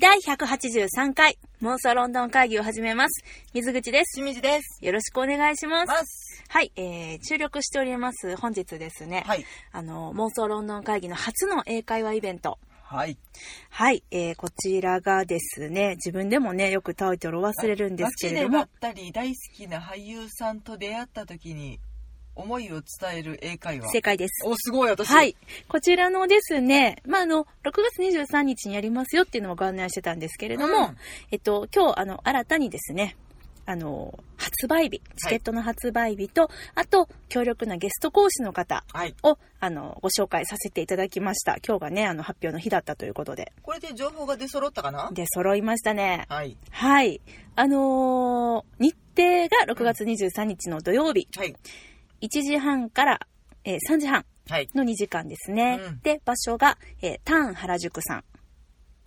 第183回妄想ロンドン会議を始めます。水口です。清水です。よろしくお願いします。ます。はい、えー、注力しております。本日ですね、はい。あの、妄想ロンドン会議の初の英会話イベント。はい。はい、えー、こちらがですね、自分でもね、よくタイトルを忘れるんですけれども街、でばったり大好きな俳優さんと出会った時に思いを伝える英会話。正解です。お、すごい、私。は。い。こちらのですね、まあ、あの、6月23日にやりますよっていうのもご案内してたんですけれども、うんえっと、今日、あの、新たにですね、あの、発売日、チケットの発売日と、あと、強力なゲスト講師の方はい。を、あの、ご紹介させていただきました。今日がね、あの、発表の日だったということで。これで情報が出揃ったかなで、揃いましたね。はい。はい。あのー日程が6月23日の土曜日、はい。 1時半から、えー3時半。はい。の2時間ですね。うんで、場所が、えーターン原宿さん。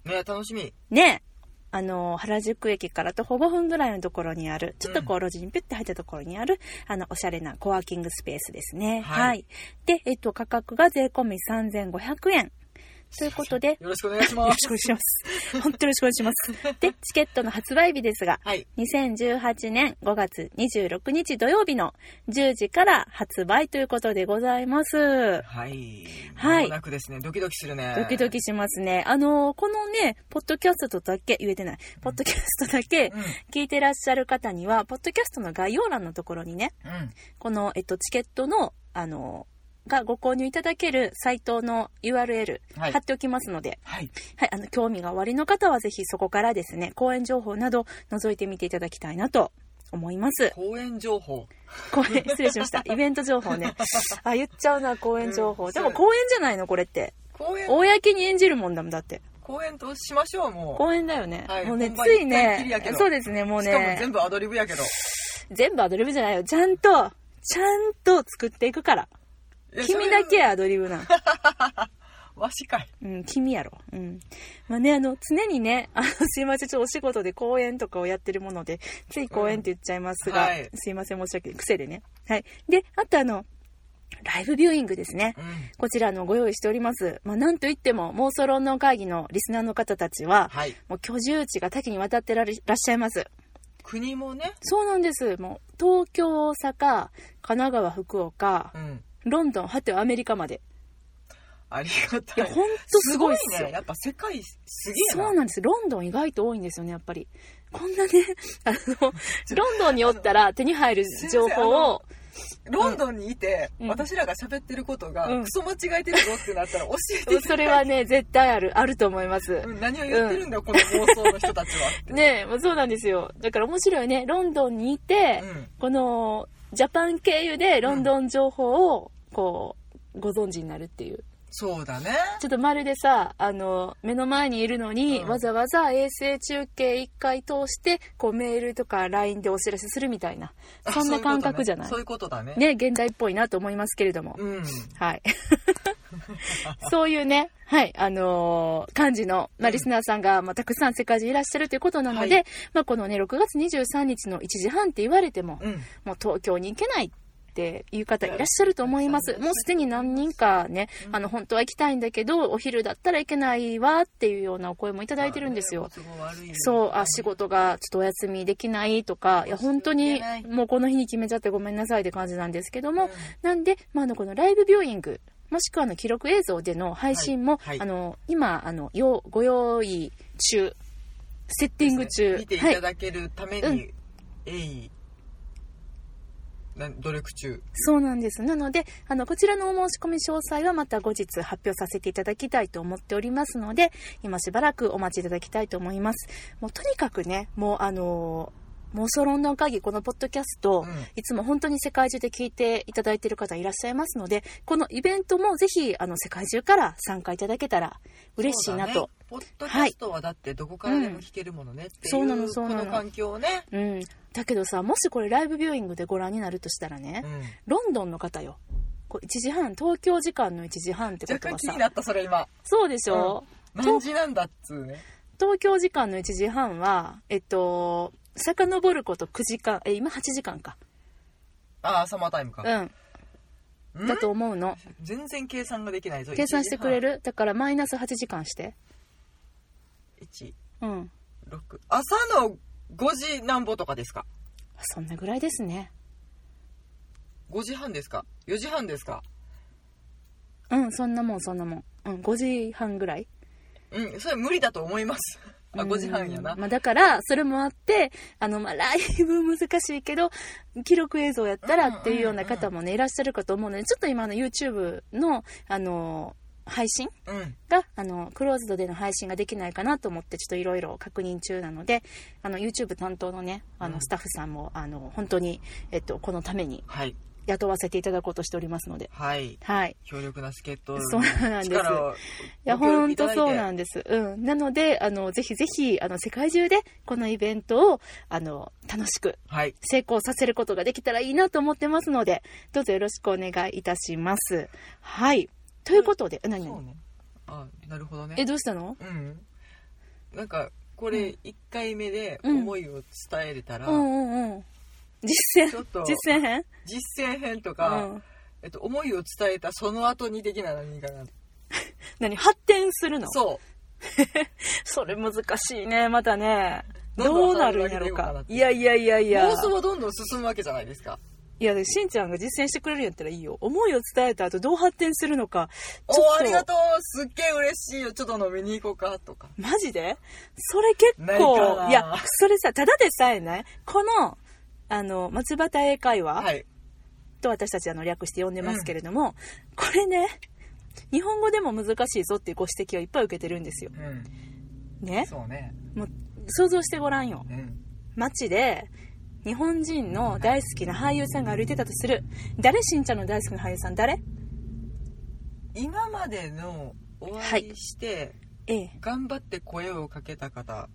ね楽しみ。ねえあのー、原宿駅から徒歩5分ぐらいのところにある、ちょっとこう、路地にピュッて入ったところにある、あの、おしゃれなコワーキングスペースですね。はいで、えっと、価格が税込み3500円。ということで、よろしくお願いしよまろしすく。お願いします。本当によろしくお願いします。で、チケットの発売日ですが、はい。 2018年5月26日土曜日の10時から発売ということでございます。はい。はい間もなくですね、ドキドキするね。ドキドキしますね。あのーこのね、ポッドキャストだけ、言えてない。ポッドキャストだけうん。聞いてらっしゃる方には、ポッドキャストの概要欄のところにね、うん。この、えっと、チケットの、あのーがご購入いただけるサイトの URL はい貼っておきますので、はい。はい、あの、興味がおありの方はぜひそこからですね、講演情報など覗いてみていただきたいなと思います。公演情報。講演、失礼しま した。イベント情報ね。あ、言っちゃうな、講演情報。うんでも講演じゃないの、これって。公演、公に演じるもんだもん、だって。公演としましょう、もう。公演だよね。はいもうね、本番つい一回きねりやけ、どそうですね、もうしかもね全、部アドリブやけど。全部アドリブじゃないよ。ちゃんと、ちゃんと作っていくから。いや君だけ。やアドリブ なん。それわしかい。うん、君やろ。うん。まあね、あの、常にね、 あの、すいません、ちょっとお仕事で公演とかをやってるもので、つい公演って言っちゃいますが、うんはいすいません、申し訳ない。癖でね。はい。で、あとあの、ライブビューイングですね。うん。こちらあのご用意しております。まあ、なんといっても、妄想論の会議のリスナーの方たちは、はい。もう居住地が多岐にわたってられらっしゃいます。国もね。そうなんです。もう、東京、大阪、神奈川、福岡う、ん。ロンドン、果てはアメリカまで。ありがいたや、い。ほんとすごいっすすよ。ね。やっぱ世界すげえそな。うなんです。ロンドン意外と多いんですよね、やっぱり。こんなね、 あの、ロンドンにおったら手に入る情報を、ロンドンにいて、うん私らが喋ってることが、うんクソ間違えてるぞってなったら教えて、それはね、絶対ある、あると思います。うん何を言ってるんだよ、この妄想の人たちはって。ねえ、まあそうなんですよ。だから面白いよね。ロンドンにいて、うんこの、ジャパン経由でロンドン情報を、こう、ご存知になるっていう。そうだね。ちょっとまるでさ、あの、目の前にいるのに、うんわざわざ衛星中継一回通して、こうメールとか LINE でお知らせするみたいな、 そんな感覚じゃないそういうことだね。ね、現代っぽいなと思いますけれども。そういうことねうん。はい。 そういうね、はい、あのー感じの、まあ、うんリスナーさんが、まあ、たくさん世界中いらっしゃるということなので、はまあ、このね、6月23日の1時半って言われても、うん。もう東京に行けないっていう方いらっしゃると思います。うんもうすでに何人かね、あの、本当は行きたいんだけど、お昼だったら行けないわっていうようなお声もいただいてるんですよ。都合悪いねそう、あ、仕事がちょっとお休みできないとか、いや、本当にもうこの日に決めちゃってごめんなさいって感じなんですけども、なんで、まあ、あの、このライブビューイング、もしくはあの、記録映像での配信も、はいはいあの、今、あの、よう、ご用意中、セッティング中、見ていはたい、だけるためうに、鋭意、な努力中。そうなんです。なので、あの、こちらのお申し込み詳細はまた後日発表させていただきたいと思っておりますので、今しばらくお待ちいただきたいと思います。もう、とにかくね、もう、あのー妄想ロンドン会議、このポッドキャスト、うんいつも本当に世界中で聞いていただいている方いらっしゃいますので、このイベントもぜひ、あの、世界中から参加いただけたら嬉しいなと。そうだねポッドキャストはだってどこからでも聞けるものねっていう、うんそうなのそうなのこの環境をね、うん。だけどさ、もしこれライブビューイングでご覧になるとしたらね、うんロンドンの方よ。こう1時半、東京時間の1時半ってこと若干は気さに、なったそれ今そうでしょ、何時なんだっつうね東京時間の1時半は、えっと、遡ること9時間、え、今8時間か。ああサマータイムか、ううんん。だと思うの。全然計算ができないぞ計算してくれるるだからマイナス8時間して。 1うん。六朝の5時なんぼとかですかそんなぐらいですね。 5時半ですか4時半ですかうん、そんなもん、そんなもん。うん、5時半ぐらい。うんそれ無理だと思いますあ5時半やなうんまあ、だから、それもあって、あの、まあ、ライブ難しいけど、記録映像やったらっていうような方もね、いらっしゃるかと思うので、ちょっと今あの YouTube の、あの、配信うんが、あの、クローズドでの配信ができないかなと思って、ちょっといろいろ確認中なので、あの、YouTube 担当のね、あうの、んスタッフさんも、あの、本当に、えっと、このためにはい雇わせていただこうとしておりますので、はいはい。強力な助っ人そうなんです力をいや、ご協ほ力んいとただいてそうなんです。うん。なので、あの、ぜひぜひ、あの、世界中で、このイベントを、あの、楽しくはい成功させることができたらいいなと思ってますので、どうぞよろしくお願いいたします。はい。ということで、え何そう何ねあなるほどねえ、どうしたのうんなんかこれ1回目でうん思いを伝えれたら、うんうんうん。実ち践ょっと実践編実践編とうか、ん。えっと、思いを伝えたその後に的な何かな何発展するのそそれ難しいね、またね。どどううななるんるんやろやろううかか。いやいやいやいうや。妄想はどんどん進むわけじゃないですかいや、でしんちゃんが実践してくれるんやったらいいよ。思いを伝えた後どう発展するのか。おちょっーありがとうすっげえ嬉しいよちょっと飲みに行こうかとかマジでそれ結ないか構、ないや、それさ、ただでさえないこの、あの、松畑英会話はいと私たちあの略して呼んでますけれども、これね、日本語でも難しいぞっていうご指摘をいっぱい受けてるんですよ。うんねそうねもう、想像してごらんよ。うん街で日本人の大好きな俳優さんが歩いてたとする誰しんちゃんの大好きな俳優さん誰今までのお会いしてええ頑張って声をかけた方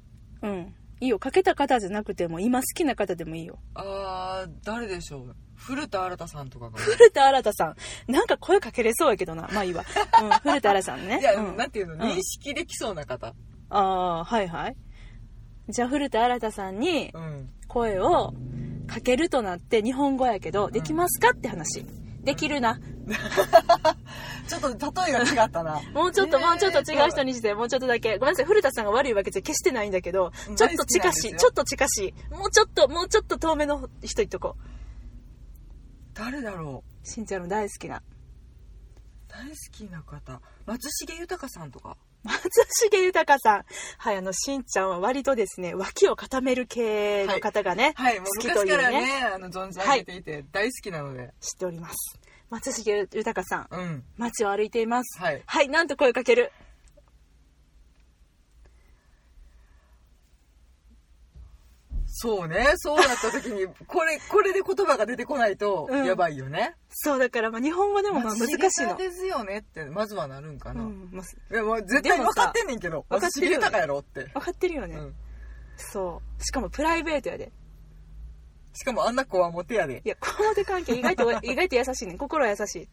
うんいいよかけた方じゃなくても今好きな方でもいいよあー誰でしょう古田新太さんとかが古田新太さんなんか声かけれそうやけどなまあいいわ、うん、古田新太さんね いや、うん、なんていうのん認識できそうな方ああーはいはいじゃあ古田新太さんにうん声をかけるとなって日本語やけどできますかって話できるなちょっと例えが違ったな もうちょっと、えーもうちょっと違う人にして、もうちょっとだけ。ごめんなさい、古田さんが悪いわけじゃ決してないんだけど、ちょっと近しい、大好きなんですよちょっと近しい。もうちょっと、もうちょっと遠めの人いっとこう。誰だろうしんちゃんの大好きな。 大好きな方松重豊さんとか松重豊さん。はい、あの、しんちゃんは割とですね、脇を固める系の方がね、はいも好うきと昔いかうらねね、あの存じ上げていて大好きなので、知っております。松重豊さん、うん街を歩いています。はいはい、なんと声をかける。そうねそうなった時に これこれで言葉が出てこないとうんやばいよね、そう、だから、まあ、日本語でもまあ難しい松重さんの。ですよねってまずはなるんかうな、ん、もうでも絶対でも分さかってんねんけど分かって松重るよね豊やろって、分かってるよね。うん、そう。しかもプライベートやで。しかもあんな子はモテやでいや、子供手関係意外と、 意外と優しいね。心は優しい。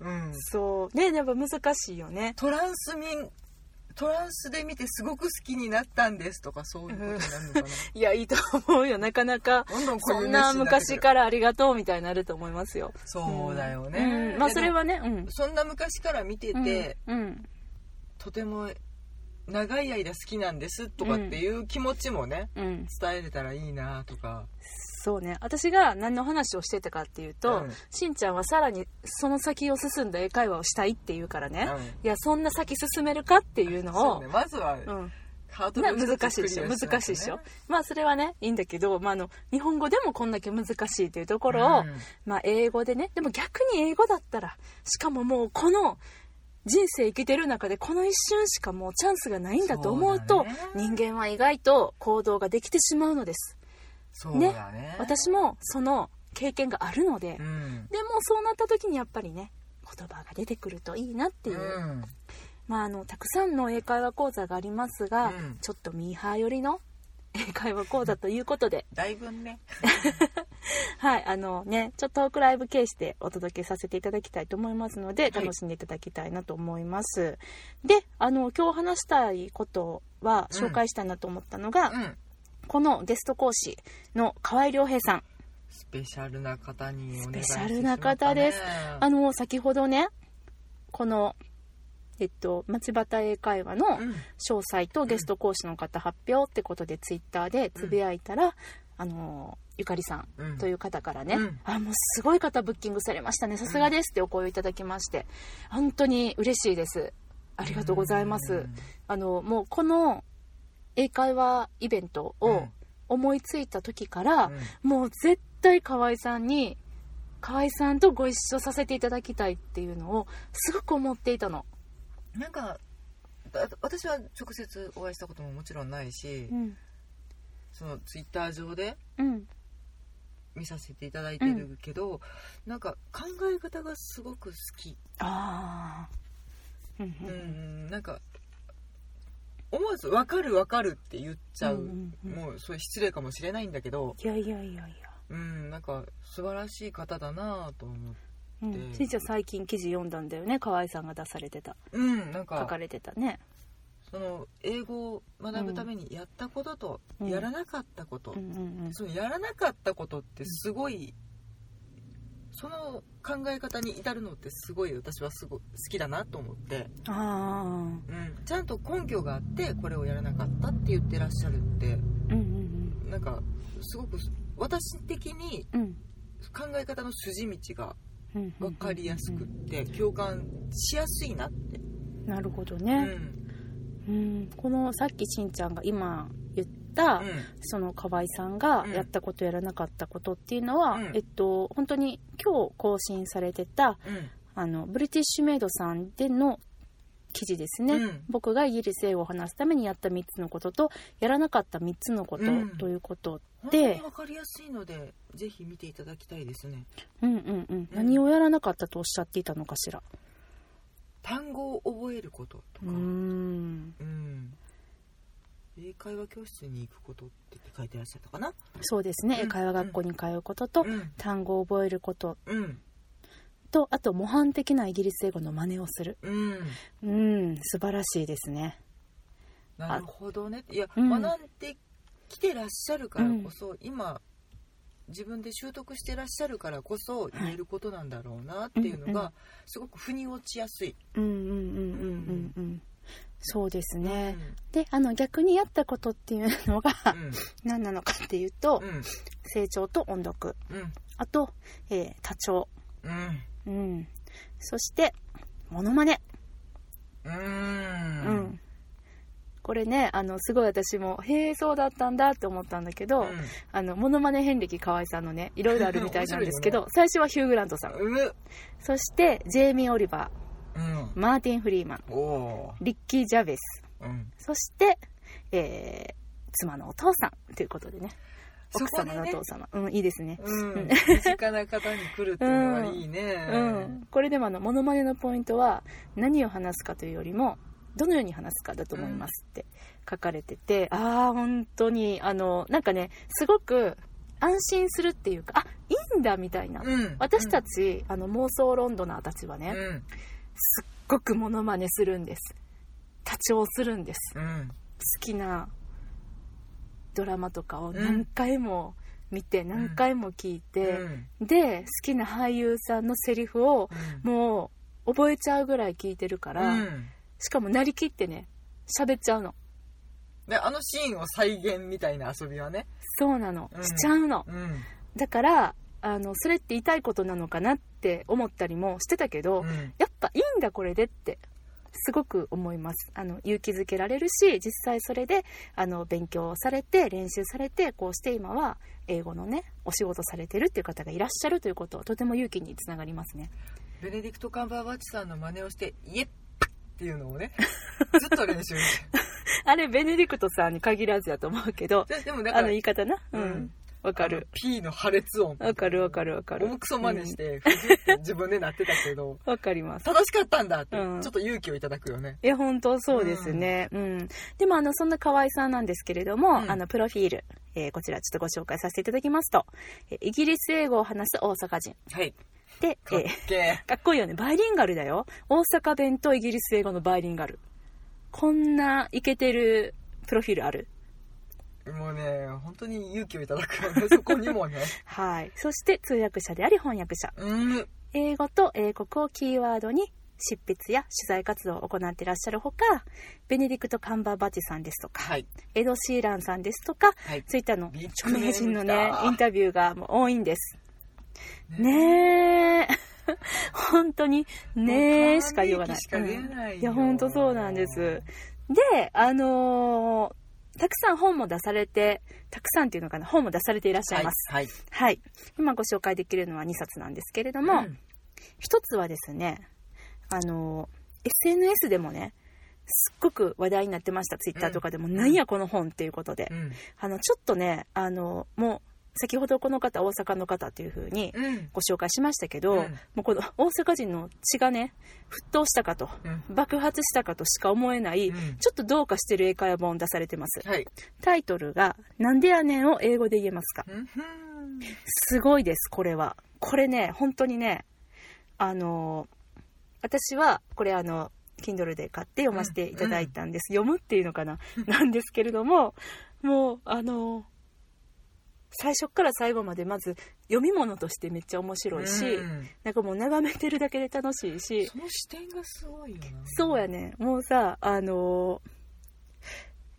うん。うんそう。ね、やっぱ難しいよね。トランスミントランスで見てすごく好きになったんですとかそういうことになるの かな、いや、いいと思うよ。なかなか。どんどんこそうんいなう熱心になってく昔るからありがとうみたいになると思いますよ。そうだよね、うんうんまあ、でそれはね、うん。そんな昔から見てて、うん、うん。とても長い間好きなんですとかっていう気持ちもね、うん。伝えれたらいいなとかそうね。私が何の話をしてたかっていうと、うんしんちゃんはさらにその先を進んだ英会話をしたいっていうからね。うんいや、そんな先進めるかっていうのそを、うねまずはうん。ハードルなを一つ難しいでしょクリアなきゃね難しいでしょまあそれはねいいんだけど、まあ、あの日本語でもこんだけ難しいというところを、うんまあ英語でねでも逆に英語だったらしかももうこの人生生きてる中でこの一瞬しかもうチャンスがないんだと思うそとうだね人間は意外と行動ができてしまうのですそうだね私もその経験があるので、うんでもそうなった時にやっぱりね言葉が出てくるといいなっていう、うんまあ、あのたくさんの英会話講座がありますが、うんちょっとミーハー寄りの英会話講座ということで、だいぶねはい、あのね、ちょっとトークライブ形式でお届けさせていただきたいと思いますので、い楽しんでいただきたいなと思います。で、あの、今日話したいことはうん紹介したいなと思ったのが、うんこのゲスト講師の河合良平さん。スペシャルな方にお願いしてしまったスねペシャルな方ですあの、先ほどね、このえっと、町端英会話のうん詳細とゲスト講師の方発表ってことでツイッターでつぶやいたら、あのゆかりさんうんという方からね、うんあもうすごい方ブッキングされましたねさすがですってお声をいただきまして本当に嬉しいですありがとうございます、うんあのもうこの英会話イベントを思いついた時から、うんもう絶対河合さんに河合さんとご一緒させていただきたいっていうのをすごく思っていたの、なんかだ私は直接お会いしたことももちろんないし、うんそのツイッター上でうん、見させていただいてるけど、なんか考え方がすごく好き、ああうんううんんなんか思わず「分かる分かる」って言っちゃう、うんうんうんもうそれ失礼かもしれないんだけどいやいやいやいやうんなんか素晴らしい方だなぁと思ううんでしーちゃん最近記事読んだんだよね河合さんが出されてたうんなん書かかれてたねその英語を学ぶためにやったこととうんやらなかったこと、うんうんそのやらなかったことってすごい、その考え方に至るのってすごい私はすごい好きだなと思って、うんあうん、ちゃんと根拠があってこれをやらなかったって言ってらっしゃるんであうんうんなんかすごく私的にうんうん考え方の筋道がうんうん分かりやすくって共感しやすいなって、なるほどうんね、うん、このさっきしんちゃんが今言った、その河合さんがうんやったことやらなかったことっていうのは、うんえっと本当に今日更新されてたうんうんあのブリティッシュメイドさんでの記事ですね、うん僕がイギリス英語を話すためにやった3つのこととやらなかった3つのことうんということ、本当でに分かりやすいのでぜひ見ていただきたいですねうん、うんうん何をやらなかったとおっしゃっていたのかしら単語を覚えることとうか、ーんうん英会話教室に行くことって書いてらっしゃったかなそうですね、うん英会話学校に通うことと、うん単語を覚えることうんとあと模範的なイギリス英語の真似をするうんうん素晴らしいですねなるほどねいや、うん学んできてらっしゃるからこそ、今自分で習得してらっしゃるからこそ言えることなんだろうなっていうのうんうがすごく腑に落ちやすい、うんうんうんうんうんうんそうですね、うであの逆にやったことっていうのがん何なのかっていうと、うん成長と音読うんあと、えー多聴、うんうん、そしてモノマネ、ううんんこれねあのすごい私もへえそうだったんだって思ったんだけど、あのモノマネ遍歴河合さんのねいろいろあるみたいなんですけど、 最初はヒュー・グラントさんうんうそしてジェイミー・オリバうんーマーティン・フリーマンおおリッキー・ジャベスーうんそして、えー妻のお父さんということでねそ奥こ様でのおね父様、うんいいですねうん、身近な方に来るっていうのがいいね。うん、これでもあのモノマネのポイントは何を話すかというよりもどのように話すかだと思いますって書かれてて、ああ本当にあのなんかねすごく安心するっていうかあいいんだみたいな、うん私たち、あの妄想ロンドナーたちはね、すっうんごくモノマネするんです多長するんですうん好きなドラマとかを何回も見て、何回も聞いうて、んで好きな俳優さんのセリフをもう覚えちゃうぐらい聞いてるから、うんしかもなりきってね喋っちゃうのであのシーンを再現みたいな遊びはね、そうなのうんしちゃうの、うんだからあのそれって痛いことなのかなって思ったりもしてたけど、うんやっぱいいんだこれでってすごく思いますあの勇気づけられるし実際それであの勉強されて練習されてこうして今は英語のねお仕事されてるっていう方がいらっしゃるということはとても勇気につながりますねベネディクト・カンバーバッチさんの真似をして「イエップ!」っていうのをね ずっと練習しあれベネディクトさんに限らずだと思うけどてででもだあかのら言い方なううんんわかる P の破裂音わかるわかるわかる重くそ真似しうんてフジって自分でなってたけどわ、かります正しかったんだってちうょんっと勇気をいただくよねいや本当そうですねうん、でもあのそんな河合さんなんですけれども、うんあのプロフィール、えーこちらちょっとご紹介させていただきますとえーイギリス英語を話す大阪人はいで、えかっーけえかっこいいよねバイリンガルだよ大阪弁とイギリス英語のバイリンガルこんなイケてるプロフィールあるもうね本当に勇気をいただくよね そこにもねはいそして通訳者であり翻訳者うん英語と英国をキーワードに執筆や取材活動を行っていらっしゃるほか、ベネディクト・カンバーバッチさんですとか、はいエド・シーランさんですとか、はいツイッターのビッ著グネーム名人のね来、たインタビューがもう多いんです。ねねえ。 本当に、ねもえうしか言わない。還暦しか言えないようんいや、本当そうなんです。で、あのーたくさん本も出されて、たくさんっていうのかな、本も出されていらっしゃいます。はい、はいはい。今ご紹介できるのは2冊なんですけれども、うん一つはですねあの SNS でもねすっごく話題になってましたツイッターとかでも、うんなんやこの本っていうことで、うんあのちょっとねあのもう先ほどこの方大阪の方というふうにうんご紹介しましたけど、うんもうこの大阪人の血がね沸騰したかとうん爆発したかとしか思えない、うんちょっとどうかしてる英会話本出されてますはいタイトルが「なんでやねん」を英語で言えますかうんふんすごいです、これは。これね、本当にね、あの、私は、これあの、Kindle で買って読ませていただいたんです。読むっていうのかななんですけれども、もう、あの、最初から最後までまず読み物としてめっちゃ面白いし、うんなんかもう眺めてるだけで楽しいし、その視点がすごいよなそうやね、もうさ、あの、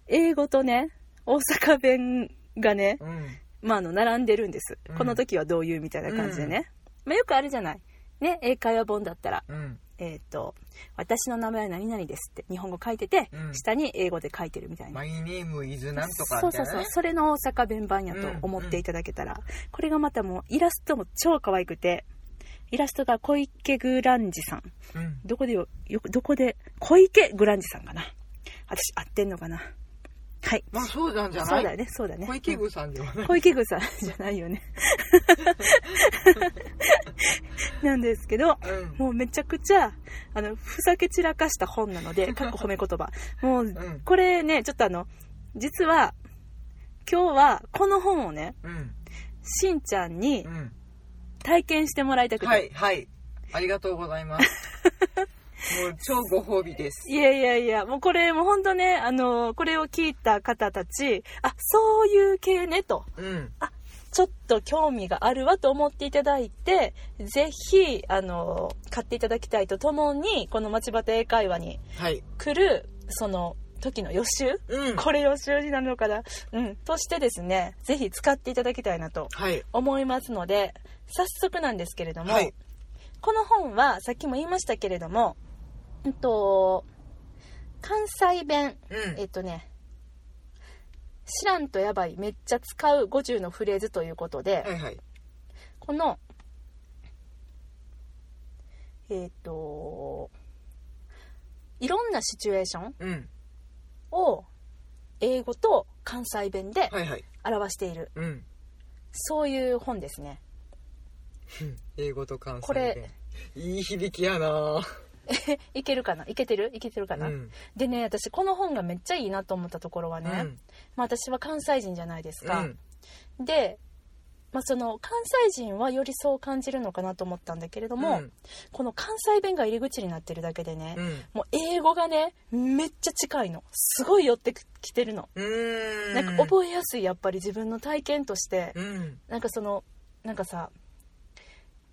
英語とね、大阪弁がね、うんまあ、あの並んでるんです、うんこの時はどういうみたいな感じでね、まあ、よくあるじゃない、ね、英会話本だったら、うんえーと「私の名前は何々です」って日本語書いてて、うん下に英語で書いてるみたいな。マイネームイズなんとかそうみたそいうなそうねそれの大阪弁版やと思っていただけたら、これがまたもうイラストも超可愛くてイラストが小池グランジさんうんどこでよよどこで小池グランジさんかな私合ってんのかなはいまあそうなんじゃそうなだいねそうだね小池具さんでは ない小池具さんじゃないよねなんですけどうんもうめちゃくちゃあのふざけ散らかした本なの でかっこ褒め言葉もううんこれねちょっとあの実は今日はこの本をねうんしんちゃんにうん体験してもらいたくて、はいはいありがとうございます もう超ご褒美ですいやいやいや、もうこれもう本当ね、あの、これを聞いた方たち、あ、そういう系ねと、うんちょっと興味があるわと思っていただいて、ぜひ、あの、買っていただきたいとともに、この町端英会話にはい来る、その時の予習、うんこれ予習になるのかなうん。としてですね、ぜひ使っていただきたいなとはい思いますので、早速なんですけれども、はいこの本は、さっきも言いましたけれども、うんと、関西弁、うんえっとね、知らんとやばい、めっちゃ使う50のフレーズということで、はいはいこのえっ、といろんなシチュエーションうんを英語と関西弁ではいはい表している、うんそういう本ですねうん英語と関西これ弁いい響きやなえいけるかないけてるいけてるかな、うんでね私この本がめっちゃいいなと思ったところはね、うんまあ、私は関西人じゃないですうか、んで、まあ、その関西人はよりそう感じるのかなと思ったんだけれども、うんこの関西弁が入り口になってるだけでね、うんもう英語がねめっちゃ近いのすごい寄ってきてるのうーんなんか覚えやすいやっぱり自分の体験としてうんなんかそのなんかさ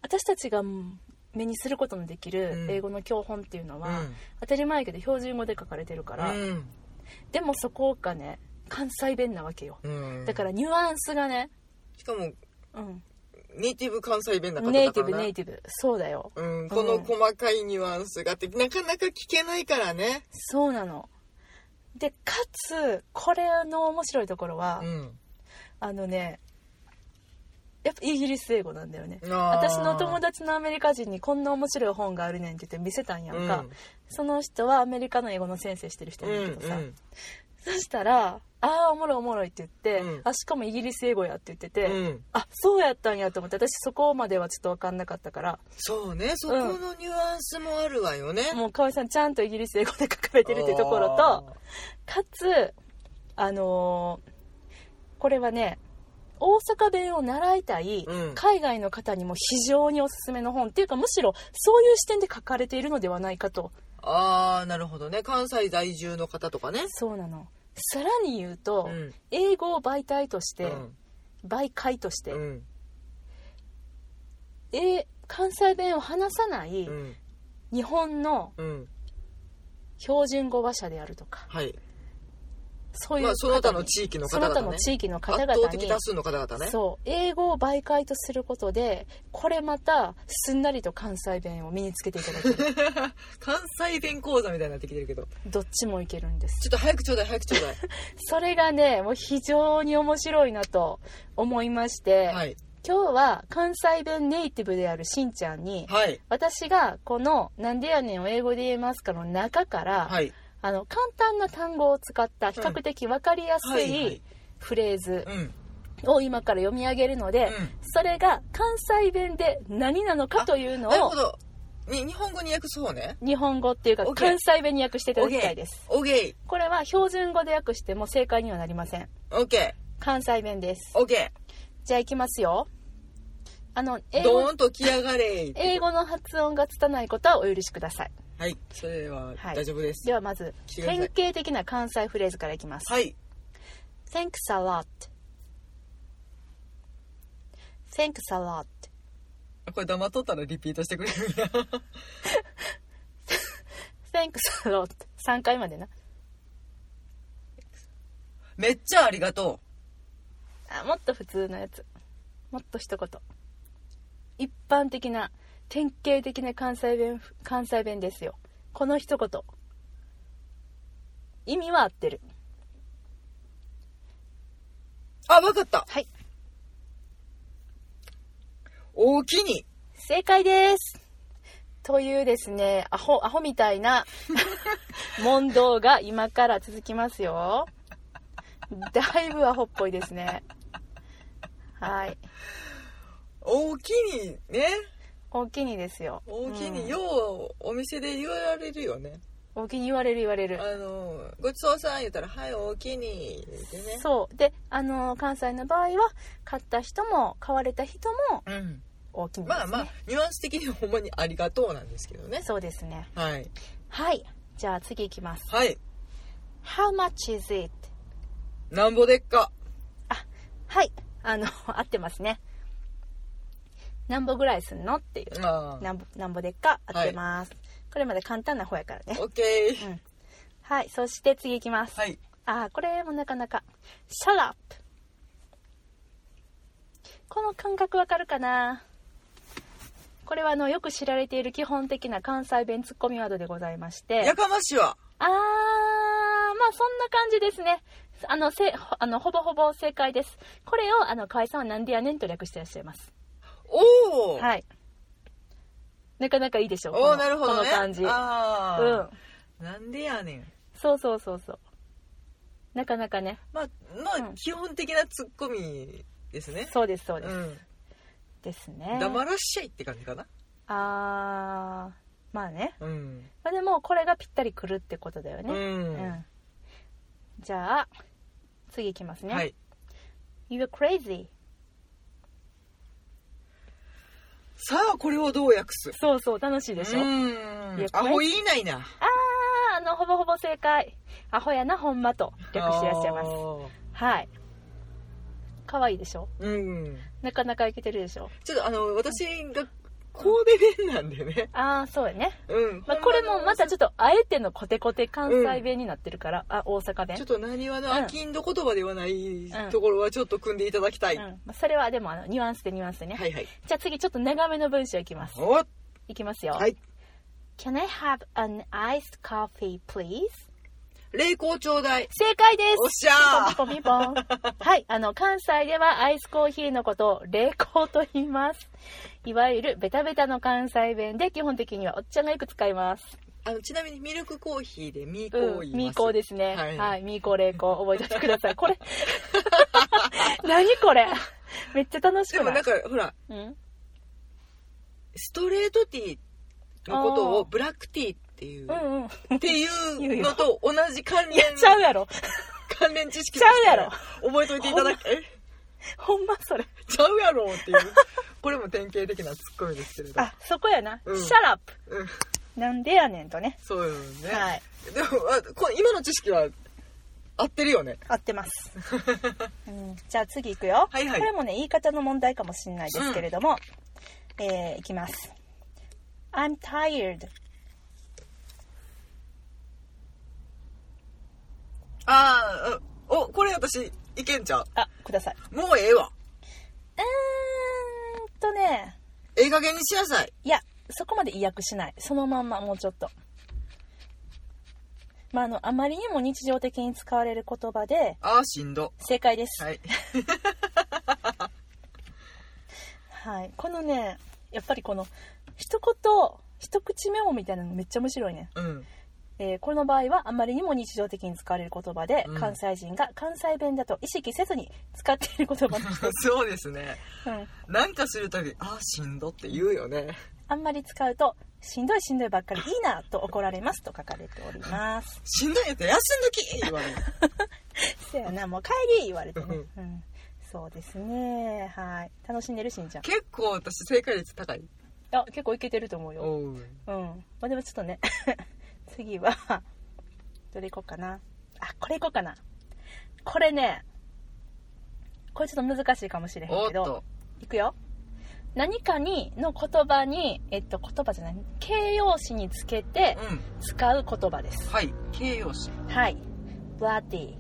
私たちがうん目にすることのできるうん英語の教本っていうのうは、ん当たり前やけど標準語で書かれてるから、でもそこがね関西弁なわけようんだからニュアンスがね、しかもうん、ネイティブ関西弁な方だからなネイティブネイティブそうだようん、この細かいニュアンスがあってなかなか聞けないからねそうなのでかつこれの面白いところは、うんあのねやっぱイギリス英語なんだよね私私の友達のアメリカ人にこんな面白い本があるねんって言って見せたんやんか、その人はアメリカの英語の先生してる人うんなんうだんけどさ、うんそしたら「ああおもろいおもろい」って言って、うんあ「しかもイギリス英語や」って言ってて、うんあそうやったんやと思って私そこまではちょっと分かんなかったからそうねそこのニュアンスもあるわよね、もう河合さんちゃんとイギリス英語で書かれてるっていうところとかつあのーこれはね大阪弁を習いたいうん海外の方にも非常におすすめの本っていうかむしろそういう視点で書かれているのではないかとあーあーなるほどね関西在住の方とかねそうなのさらに言うと、うん英語を媒体として、うん媒介として、うんえー関西弁を話さないうん日本のうん標準語話者であるとかはいそういうまあ、その他方のに地域のそ方の他々のね地域の方圧々に倒的多数の方々ねそう英語を媒介とすることでこれまたすんなりと関西弁を身につけていただけ る関西弁講座みたいになってきてるけどちょどっちもいけるんですっと早くちょうだい早くちょうだいそれがねもう非常に面白いなと思いまして、はい今日 は関西弁ネイティブであるしんちゃんに、はい私がこの「なんでやねん」を英語で言えますかの中から、はいあの簡単な単語を使った比較的分かりやすはいいフレーズうんを今から読み上げるので、うんそれが関西弁で何なのかというのなるをほどに日本語に訳す方ね日本語っていうか OK 関西弁に訳していただきたいですオーケこれは標準語で訳しても正解にはなりませんーオーケ関西弁ですーオーケじゃあいきますよあのー英ドー語ンと来やがれ英語の発音が拙いことはお許しくださいはいそれははい大丈夫ですではまず来てくだ典さい型的な関西フレーズからいきます、はい Thanks a lot Thanks a lot これ黙っとったらリピートしてくれるんだ Thanks a lot 3回までな めっちゃありがとあもっと普通のやつもっと一言一般的な典型的な関西弁関西弁ですよこの一言意味は合ってるうあわかったはい大きに正解ですというですねアホアホみたい な問答が今から続きますよだいぶアホっぽいですねはい大きにね大きにですよ大きうんにようお店で言われるよね、大きに言われる言われるあのごちそうさん言ったら「はい大きに」ってねそうであの関西の場合は買った人も買われた人もうん大きいんです、ね、まあまあニュアンス的にはほんまに「ありがとう」なんですけどねそうですねはいはいじゃあ次いきますはい How much is it? なんぼでっかはいあの 合ってますねなんぼぐらいすんのっていうあなんぼなんぼでっか合はっいてます、これまで簡単な方やからねオッケーはいそして次いきます、はいあーこれもなかなか Shut up この感覚わかるかなこれはあのよく知られている基本的な関西弁ツッコミワードでございましてやかましいわあーまあそんな感じですねあのせほあのほぼほぼ正解ですこれをあの河合さんはなんでやねんと略してらっしゃいますおお、はいなかなかいいでしょうおこおのなるほどねこの感じあうあん、なんでやねんそうそうそうそうなかなかねまあまうあん基本的なツッコミですねそうですそうです、うんですね黙らっしゃいって感じかなあーまあね、うんまあ、でもこれがぴったりくるってことだよねううんじゃあ次いきますね、はい You're crazy さあこれをどう訳すそうそう楽しいでしょ、うあいーやんこアれホ言いないなああのほぼほぼ正解アホやなほんまと略してらっしゃいますあーはい可愛いでしょうんなかなかいけてるでしょちょっとあの私が神戸弁なんでねああそうやね、うんまあ、これもまたちょっとあえてのコテコテ関西うん弁になってるから、あ大阪弁ちょっと何わのあきんど言葉ではないところはちょっと組んでいただきたい、うんまあ、それはでもあのニュアンスでニュアンスでね、はいはいじゃあ次ちょっと長めの文章いきますおっいきますよ、はい Can I have an iced coffee please? 霊光ちょうだい正解でおっすしゃーポンピポンピポンはい、あの、関西ではアイスコーヒーのことを冷凍と言います。いわゆるベタベタの関西弁で基本的にはおっちゃんがよく使います。あのちなみにミルクコーヒーでミーコーう言ん、いますミーコーですね。は、はいいミーコー冷凍覚えておいてください。これ。 何これめっちゃ楽しでくもなないんかほらうん、ストレートティーのことをブラックティーっていう、うんうん。って言ういうよのと同じ関連ちゃうやろ。関連知識ちゃうやろろ覚えといていただきえほんまそれ。 ちゃうやろっていうこれも典型的なツッコミですけれどあ、そこやな。うんシャラップ。うんなんでやねんとね。そうよね、はい。でもあこ今の知識は合ってるよね合って ます、うん、じゃあ次いくよ、はいはいこれもね言い方の問題かもしれないですけれども、えーいきます I'm tired ああおこれ私いけんちゃあ、ください。うもうええわうーんとね、ええ加減にしなさいいや、そこまで意訳しない。そのまんま、もうちょっと。まあ、あの、あまりにも日常的に使われる言葉で、ああしんど正解です。はいはい、このねやっぱりこの一言一口メモみたいなのめっちゃ面白いね、うん えーこの場合はあまりにも日常的に使われる言葉で、うん関西人が関西弁だと意識せずに使っている言葉の一つ、そうですねうん、なんかするたびああしんどって言うよねあんまり使うと「しんどいしんどいばっかりいいな」と怒られますと書かれておりますしんどいやったら休んどき言われるそやなもう帰り言われてね、うん、そうですねはい楽しんでるしんちゃん 結構私正解率高いあ結構いけてると思うよおううん。まあ、でもちょっとね、 次は、どれいこうかな。あ、これいこうかな。これね、これちょっと難しいかもしれへんおっけど、といくよ。何かにの言葉に、えっと、言葉じゃない、形容詞につけてうん使う言葉です。はい形容詞はい。bloody。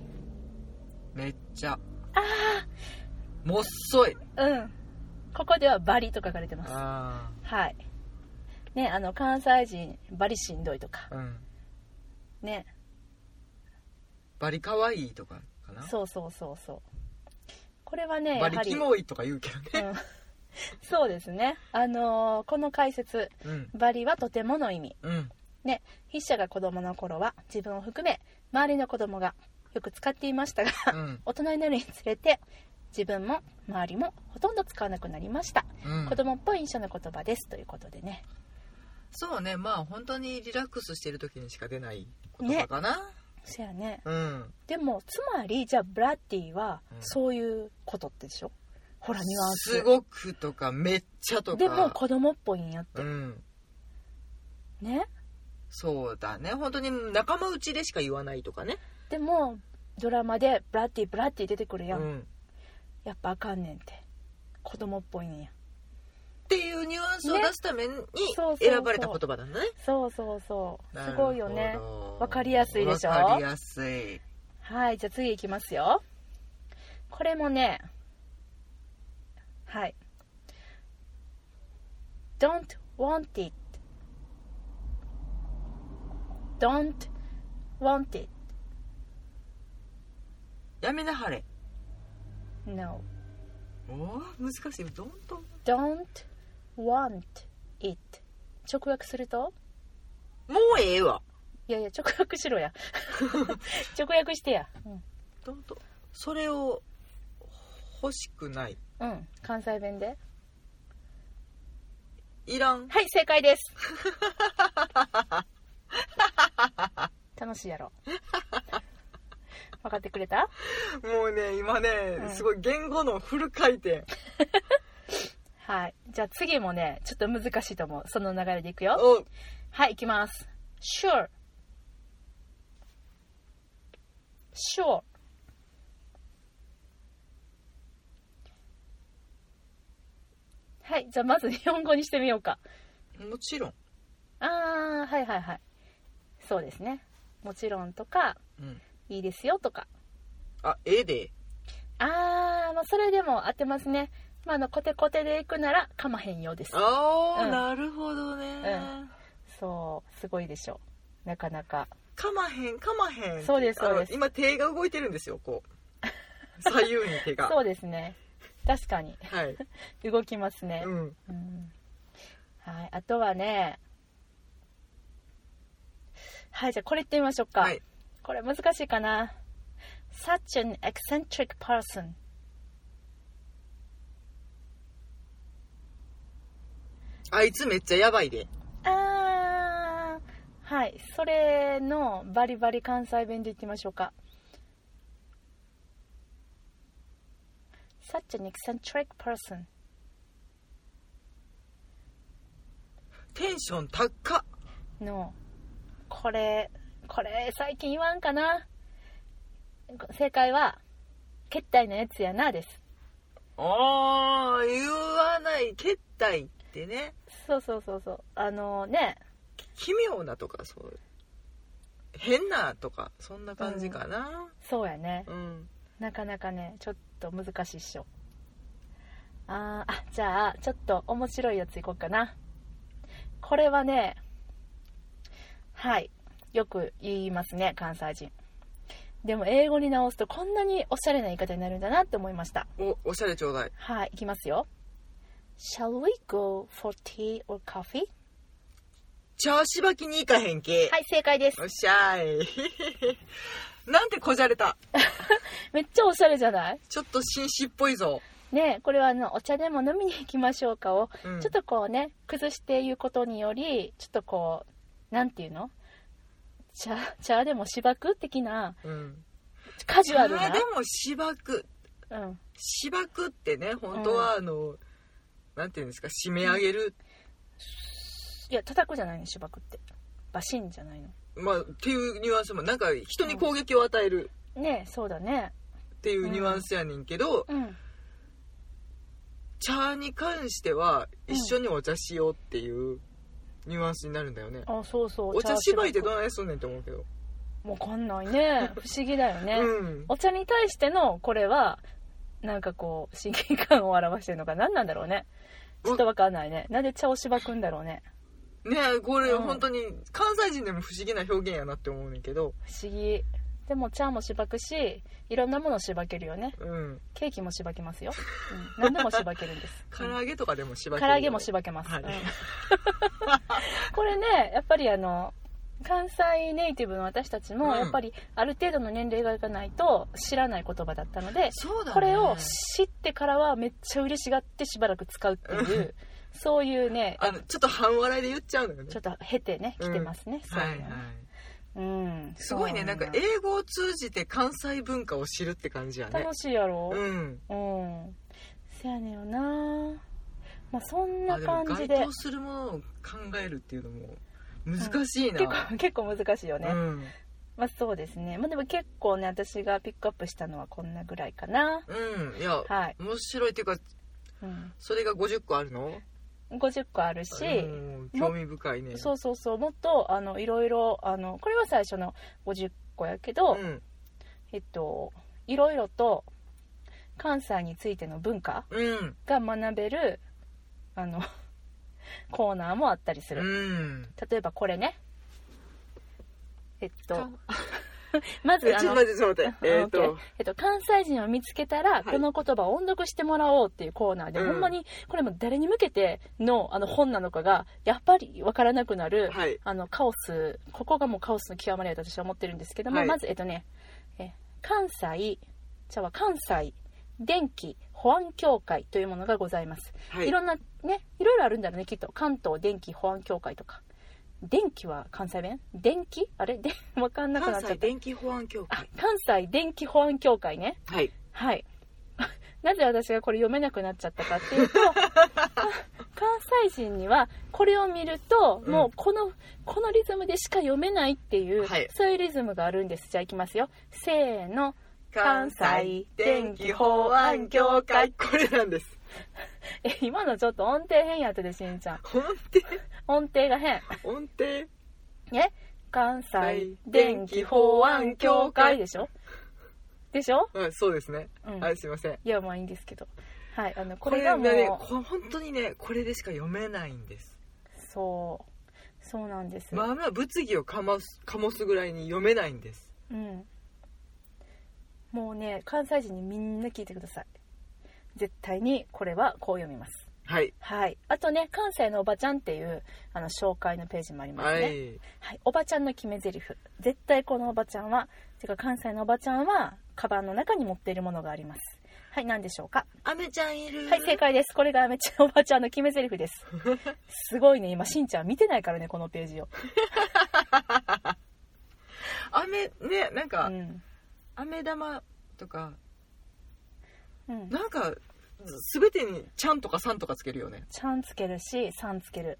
めっちゃあもっそいあ、うん。ここではバリと書かれてます。あはい。ね、あの、関西人、バリしんどいとかあ、うんね、バリ可愛いとかかなそうそうそうそう。これはね、やバはリりキ、モいとか言うけどねうん そうですね。あのーこの解説、うんバリはとてもの意味。うんね、筆者が子供の頃は自分を含め、周りの子供がよく使っていましたが、うん大人になるにつれて、自分も周りもほとんど使わなくなりました。うん子供っぽい印象の言葉です。ということでね。そうねまあ本当にリラックスしてる時にしか出ない言葉かな、そやね。うんでも、つまり、じゃあ、ブラッディは、うんそういうことってでしょ、ほら、ニュアンス。すごくとかめっちゃとかでも、子供っぽいんやって。うんね。そうだね本当に仲間内でしか言わないとかねでもドラマでブラッディブラッディ出てくるうやん、んやっぱあかんねんって子供っぽいんやっていうニュアンスを出すためにそうそうそう選ばれた言葉なんだねそうそうそうなるすほどごいよねわかりやすいでしょわかりやすいはいじゃあ次いきますよこれもねはい Don't want it Don't want it やめなはれ No おー難しいどんどん Don't want it 直訳するともうええわいやいや直訳しろや 直訳してやうんどんどんそれを欲しくないうん、関西弁で。いらんはい、正解です。 楽しいやろ。分かってくれたもうね今ね、うんすごい言語のフル回転はい。じゃあ次もね、ちょっと難しいと思う。その流れでいくよ。おはい、いきます。sure. sure. はい、じゃあまず日本語にしてみようか。もちろん、あー、はいはいはい。そうですね。もちろんとか、うん、いいですよとか。あええであー、まあ、それでも合ってますね。まあ、あの、コテコテで行くなら噛まへんようです。ああ、うんなるほどね、そう、すごいでしょう。なかなか。かまへんかまへんそうですそうですあの今手が動いてるんですよこ う左右に手がそうですね。確かに。はい、動きますねう。ん、うん。はい。あとはね、はい、じゃあこれ行ってみましょうか。はいこれ難しいかな。such an eccentric person. あいつめっちゃやばいであーはいそれのバリバリ関西弁でいってみましょうか Such an eccentric person テンション高っのこれこれ最近言わんかな正解は「けったいなやつやな」ですあー言わない決体ってねそうそうそうそうあのね奇妙なとかそう変なとかそんな感じかなそうやねう。ん、なかなかね、ちょっと難しいっしょ。あーあ、じゃあ、ちょっと面白いやついこうかな。これはね、はい。よく言いますね、関西人。でも、英語に直すとこんなにおしゃれな言い方になるんだなって思いました。おおしゃれちょうだいはい、いきますよ。Shall we go for tea or coffee? 茶しばきに行かへんけ、はい、正解です。おっしゃい なんてこじゃれためっちゃおしゃれじゃないちょっと紳士っぽいぞ、ねえこれはあのお茶でも飲みに行きましょうかを、うん、ちょっとこうね崩して言うことによりちょっとこうなんていうの茶茶でもしばく的なうん、カジュアルあなで、もしばくうん、しばくってね本当はあの、なんていうんですか締め上げる、いや叩くじゃないのしばくってバシンじゃないのまあっていうニュアンスもなんか人に攻撃を与えるねえそうだねっていうニュアンスやねんけど、うん茶に関してはうん一緒にお茶しようっていうニュアンスになるんだよね、あそうそうお茶芝居ってわどないすんねんって思うけど、かんない ね不思議だよね、うんお茶に対してのこれはなんかこう親近感を表してるのか何なんだろうねちょっとわかんないねなんで茶をしばくんだろうねねこれうん本当に関西人でも不思議な表現やなって思うねんけど不思議でも茶もしばくしいろんなものをしばけるよねうんケーキもしばけますよ、うん、何でもしばけるんです 唐揚げとかでもしばうけんる唐揚げもしばけます、はいうん これねやっぱりあの関西ネイティブの私たちうもんやっぱりある程度の年齢がいかないと知らない言葉だったので、そうだ、ね、これを知ってからはめっちゃ嬉しがってしばらく使うっていううそういうねあのちょっと半笑いで言っちゃうのよねちょっと経てね来てますね、そうはいいはういのうんすごいねそうなんか英語を通じて関西文化を知るって感じやね楽しいやろ、うんうんせやねんよなまあそんなあでも感該じで当するものを考えるっていうのも難しいな、結構結構 難しいよね、うんまあそうですねまあでも結構ね私がピックアップしたのはこんなぐらいかなうんいや、はい、面白いっていうかうん、それが50個あるの50個あるし、うん興味深いねそうそうそうもっとあのいろいろあのこれは最初の50個やけど、うんえっといろいろと関西についての文化うんが学べるあの コーナーもあったりする、うん例えばこれねえっとかまずえあちのょっと待ってちょっと待ってえっ、あオッとケーえっと、関西人を見つけたら、いこの言葉を音読してもらおうっていうコーナーで、うほんんまにこれも誰に向けてのあの本なのかがやっぱりわからなくなる、はいあのカオスここがもうカオスの極まりだと私は思ってるんですけども、はいまずえっとねえ関西じゃあ関西電気保安協会というものがございます、、はいいろんなねいろいろあるんだろうねきっと関東電気保安協会とか電気は関西弁電気あれで わかんなくなっ関ちゃ西った電気保安協あ会関西電気保安協会ねはいはい。 なぜ私がこれ読めなくなっちゃったかっていうと、 か関西人にはこれを見ると、うんもうこの、このリズムでしか読めないっていう、はいそういうリズムがあるんです。じゃあいきますよ。せーの。関西電気保安協会これなんですえ、今のちょっと音程変やったで、しんちゃん。音程音程が変。音程ね関西電気保安協会でしょでしょうんそうですね、うん。はいいすいませんや、まあいいんですけど。はい。あの、ここれれがもう。ねこ本当にねこれでしか読めないんですそう。そうなんです。まあまあ物議をかますかもすぐらいに読めないんですうんもうね関西人にみんな聞いてください絶対にこれはこう読みますはいはいあとね関西のおばちゃんっていうあの紹介のページもありますはね、はいいおばちゃんの決め台詞絶対このおばちゃんはてか関西のおばちゃんはカバンの中に持っているものがありますはい何でしょうかアメちゃんいるはい正解ですこれがめっちゃおばちゃんの決め台詞ですすごいね今しんちゃん見てないからねこのページを、アメねなんうか、ん飴玉とかうん、なんかす全てに「ちゃん」とか「さん」とかつけるよねちゃんつけるしさんつける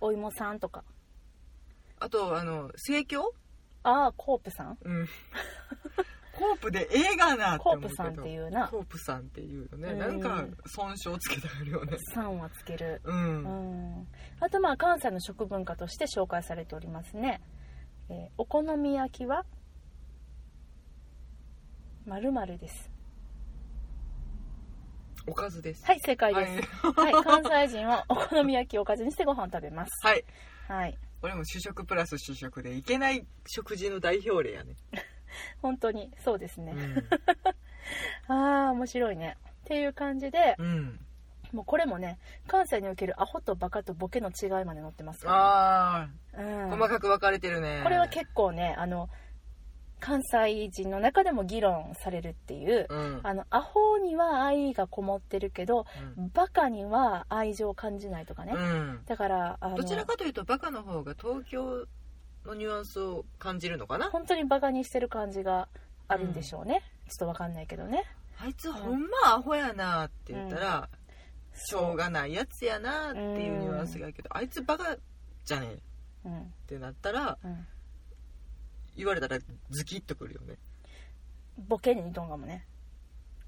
お芋さんとかあとあの盛況ああコープさんうん コープで映画なってコ思ーうけプどさんっていうなコープさんっていうのねうんなんか損傷つけてあるよねさんはつけるううんんあとまあ関西の食文化として紹介されておりますねえーお好み焼きは〇〇です。おかずです。はい、正解です。はい、関西人はお好み焼きをおかずにしてご飯を食べます。はい。はい、俺も主食プラス主食でいけない食事の代表例やね。本当にそうですうね。ん。ああ、面白いね。っていう感じで、 うん、もうこれもね、関西におけるアホとバカとボケの違いまで載ってますよ、ね。あうんあ、細かく分かれてるね。これは結構ね、あの、関西人の中でも議論されるっていう、うん。うんあの、アホには愛がこもってるけど、バカには愛情を感じないとかね。うん。だから、あのどちらかというとバカの方が東京のニュアンスを感じるのかな本当にバカにしてる感じがあるんでしょうね。ちょっとわかんないけどね。あいつほんまアホやなって言ったら、しょうがないやつやなっていうニュアンスがあるけど、あいつバカじゃねえっうん、てなったらうん。言われたらズキッとくるよねボケにどんがもね。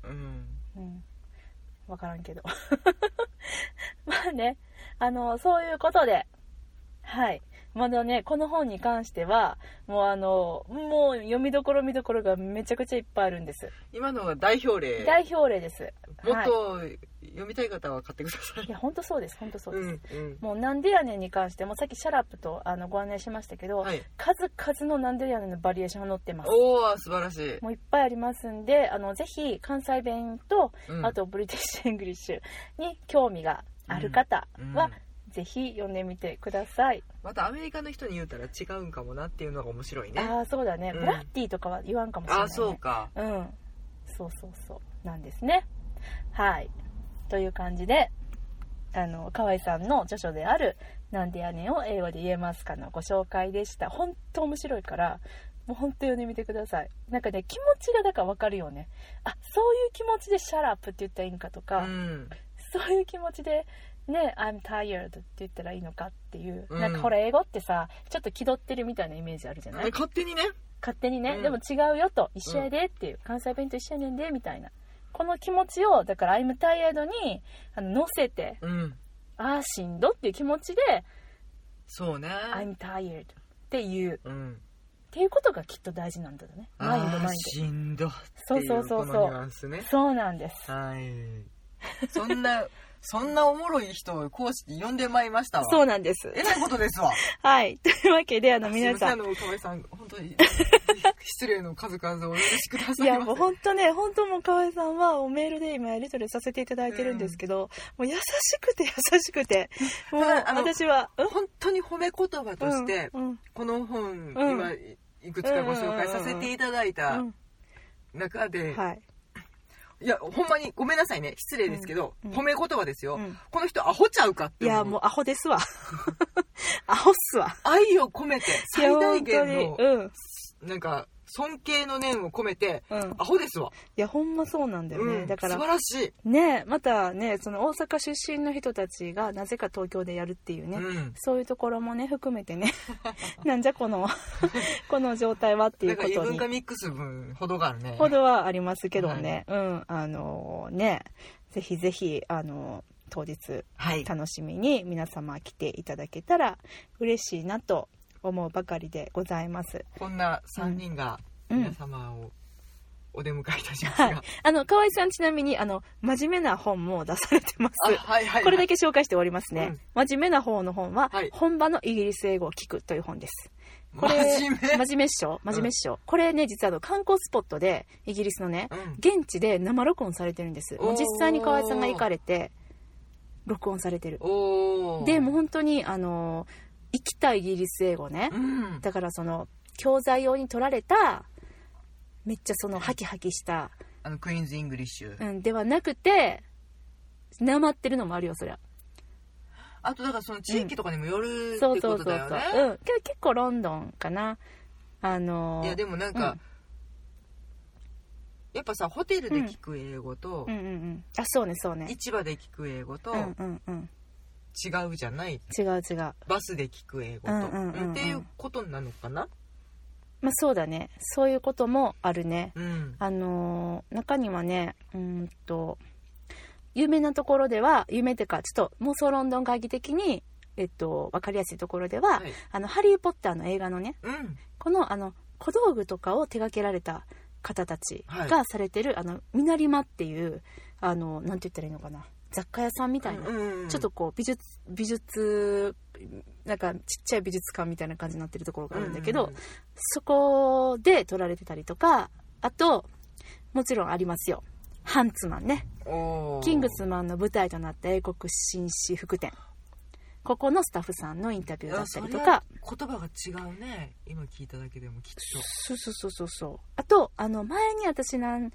うんうん、分からんけど まあねあのそういうことではいまだねこの本に関してはもうあのもう読みどころ見どころがめちゃくちゃいっぱいあるんです、今のは代表例代表例ですもっはと読みたい方は買ってください、いいや本当そうです本当そううです、んうんもう「なんでやねん」に関してもさっきシャラップとあのご案内しましたけど、はい数々の「なんでやねん」のバリエーションが載ってますおお素晴らしい、もういっぱいありますんであのぜひ関西弁とうん、あとブリティッシュ・イングリッシュに興味がある方うんはぜひ読んでみてください、またアメリカの人に言うたら違うんかもなっていうのが面白いねああそうだね、うんブラッディとかは言わんかもしれない、あね、あそうかうんそうそうそうなんですねはいという感じであの河合さんの著書である「なんでやねん」を英語で言えますかのご紹介でした本当面白いからもう本当読んでみてくださいなんかね気持ちがだから分かるよねあそういう気持ちで「シャラップ」って言ったらいいんかとか、うんそういう気持ちで、ね、I'm tired って言ったらいいのかっていう、うんなんかほら英語ってさちょっと気取ってるみたいなイメージあるじゃない、勝手にね勝手にね、うんでも違うよと一緒やでっていう、関西弁と一緒やねんでみたいなこの気持ちをだから I'm tired にあの乗せてうんああしんどっていう気持ちでそうね I'm tired っていうっうんていうことがきっと大事なんだよねマインドあーマインしんどってそういそううそうそこうのニュアンスねドそうなんですはいそんな そんなおもろい人を講師に呼んでまいりましたわそううなんですえらいことですわはいというわけであの 皆さんすいませんあの河合さん本 当に失礼の数々をお許しくださいませいやもう本当ね本当もう河合さんはおメールで今やり取りさせていただいてるんですけど、もう優しくて優しく てもうあの私はうん本当に褒め言葉として、うんうんこの本、うん今いいくつかご紹介させていただいうたん中で、はいいやほんまにごめんなさいね失礼ですけど、うんうん褒め言葉ですよ、うんこの人アホちゃうかいって思うやもうアホです わアホっすわ愛を込めていや 最大限本当のにうんなんか尊敬の念を込めて、うんアホですわ、いやほんまそうなんだよね、うんだか素晴ららしい、ねまたねその大阪出身の人たちがなぜか東京でやるっていうね、うんそういうところもね含めて ねなんじゃこのこの状態はっていなうんかこ異と文に化ミックス分ほどがあるねほどはありますけどね、うん、あのね、ぜひぜひ、あの、当日はい楽しみに皆様来ていただけたら嬉しいなと思うばかりでございます。こんな3人がうん皆様をお出迎えいたしますが、はい。あの、河合さんちなみに、あの、真面目な本も出されてます。あはいはいこれだけ紹介しておりますね。真面目な方の本は、はい本場のイギリス英語を聞くという本です。これ真面目、真面目っしょ真面目っしょ、これね、実はあの観光スポットで、イギリスのね、うん現地で生録音されてるんですもう実際に河合さんが行かれて録音されてるおーでもう本当にあの生きたイギリス英語ねうんだからその教材用に取られためっちゃそのハキハキした、あのクイーンズ・イングリッシュ、うん、ではなくてなまってるのもあるよそりゃあとだからその地域とかにもよるっそうてそこうそとうそう、だよねうんけど結構ロンドンかなあのいやでもなんか、うんやっぱさホテルで聞く英語と、うんうんうんあそうねそうね市場で聞く英語とうんうんうん違うじゃない違う違うまバスで聞く英語と、うんうんうんうんっていうことなのかな、あそうだねそういうこともあるねうん、あのー中にはねうーんと有名なところでは有名っていうかちょっと妄想ロンドン会議的にえっと、わかりやすいところでは、はいあの、ハリー・ポッターの映画のね、うんこの、あの、小道具とかを手掛けられた方たちはがされてる、あの、ミナリマっていう、あの、なんて言ったらいいのかな、雑貨屋さんみたいな、うんうんちょっとこう、美術、美術、なんかちっちゃい美術館みたいな感じになってるところがあるんだけど、ううそこで撮られてたりとか、あと、もちろんありますよ。ハンツマンね。うんおーキングスマンの舞台となった英国紳士服店。ここのスタッフさんのインタビューだったりとか。あそれは言葉が違うね今聞いただけでもきっとそうそうそうそうそう。あと、あの、前に私なん、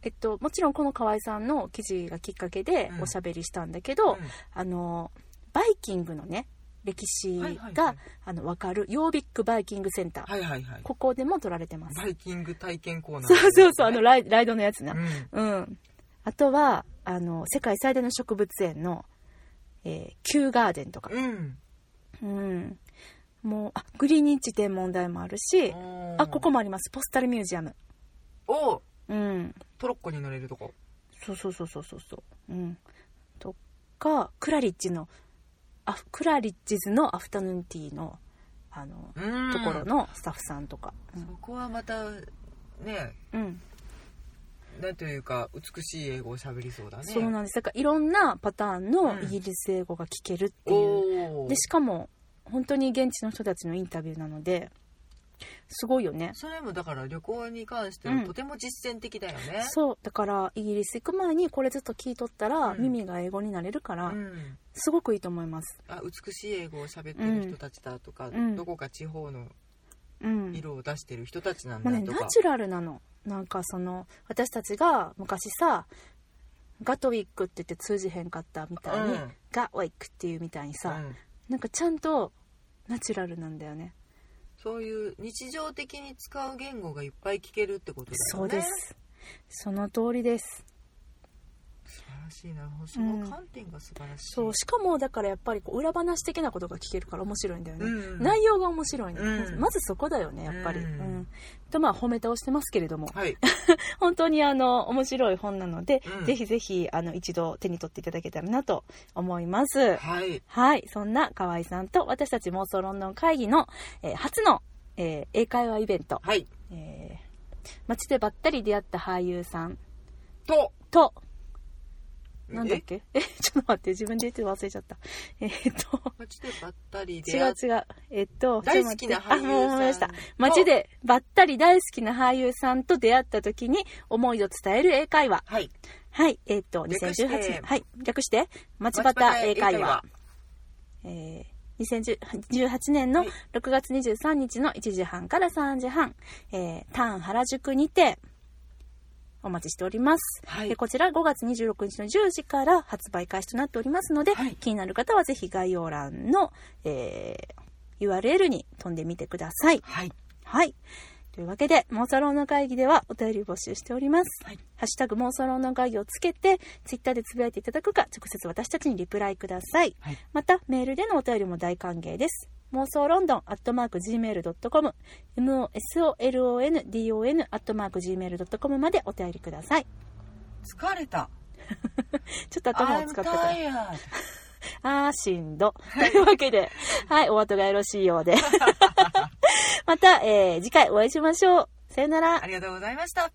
えっと、もちろんこの河合さんの記事がきっかけでうんおしゃべりしたんだけど、うんあの、バイキングのね、歴史が、はいはいはいあの、わかる、ヨービックバイキングセンター。はいはいはいここでも撮られてます。バイキング体験コーナそーうそうそう、あの、ライライドのやつなう。んうん。あとは、あの、世界最大の植物園の、えー、キューガーデンとか。うんうん。もう、あ、グリニッチ天文台もあるし、あ、ここももあります。ポスタルミュージアム。おーうん。トロッコに乗れるとこそうそうそうそうそうそう。うん。とか、クラリッジの、あ、クラリッジズのアフタヌーンティーの、あの、うんところのスタッフさんとか。そこはまたねうん。うんなんというか美しい英語を喋りそうだねそうなんです。だから、いろんなパターンのイギリス英語が聞けるっていう。おーでしかも本当に現地の人たちのインタビューなのですごいよねそれもだから旅行に関してはうんとても実践的だよね、そうだからイギリス行く前にこれずっと聞いとったら、うん耳が英語になれるから、うんすごくいいと思いますあ美しい英語を喋ってる人たちだとか、うんどこか地方のうん色を出してる人たちなんもうだねとかナ、チュラルなのなんかその私たちが昔さガトウィックって言って通じへんかったみたいに、うんガウィックっていうみたいにさ、うんなんかちゃんとナチュラルなんだよねそういう日常的に使う言語がいっぱい聞けるってことだよねそうですその通りです素晴らしいなその観点が素晴らしい、そうしかもだからやっぱりこう裏話的なことが聞けるから面白いんだよね、うん内容が面白いね、うんまずそこだよねやっぱり、ううんんとまあ褒め倒してますけれどもはい本当にあの面白い本なので、うんぜひぜひあの一度手に取っていただけたらなと思いますはいはいそんな河合さんと私たち妄想ロンドン会議の、えー初の、えー英会話イベント、はいえー街でばったり出会った俳優さんととなんだっけえ ちょっと待って自分で言って忘れちゃったえーっとえ街でばったり違出会うっ違う。えっと、大好きな俳優さんちょっと待ってあ、もう思いました。街でばったり大好きな俳優さんと出会った時に思いを伝える英会話。はいはい、えっと、略して2018年。はい、略して、街バタ英会話。えー2018年のはい6月23日の1時半から3時半、えー、ターン原宿にてお待ちしております、はいでこちら5月26日の10時から発売開始となっておりますので、はい気になる方はぜひ概要欄の、えー URL に飛んでみてください。はいはい。というわけで、妄想論の会議ではお便り募集しております。はいハッシュタグ妄想論の会議をつけて、ツイッターでつぶやいていただくか、直接私たちにリプライください。はいまた、メールでのお便りも大歓迎です。妄想ロンドンアットマーク Gmail.com、MOSOLONDON アットマーク Gmail.com までお便りください。疲れたちょっと頭を使ったから。 I'm tired あーしんど。というわけで、はい、お後がよろしいようで。また、えー次回お会いしましょう。さよならあ。りがとうございました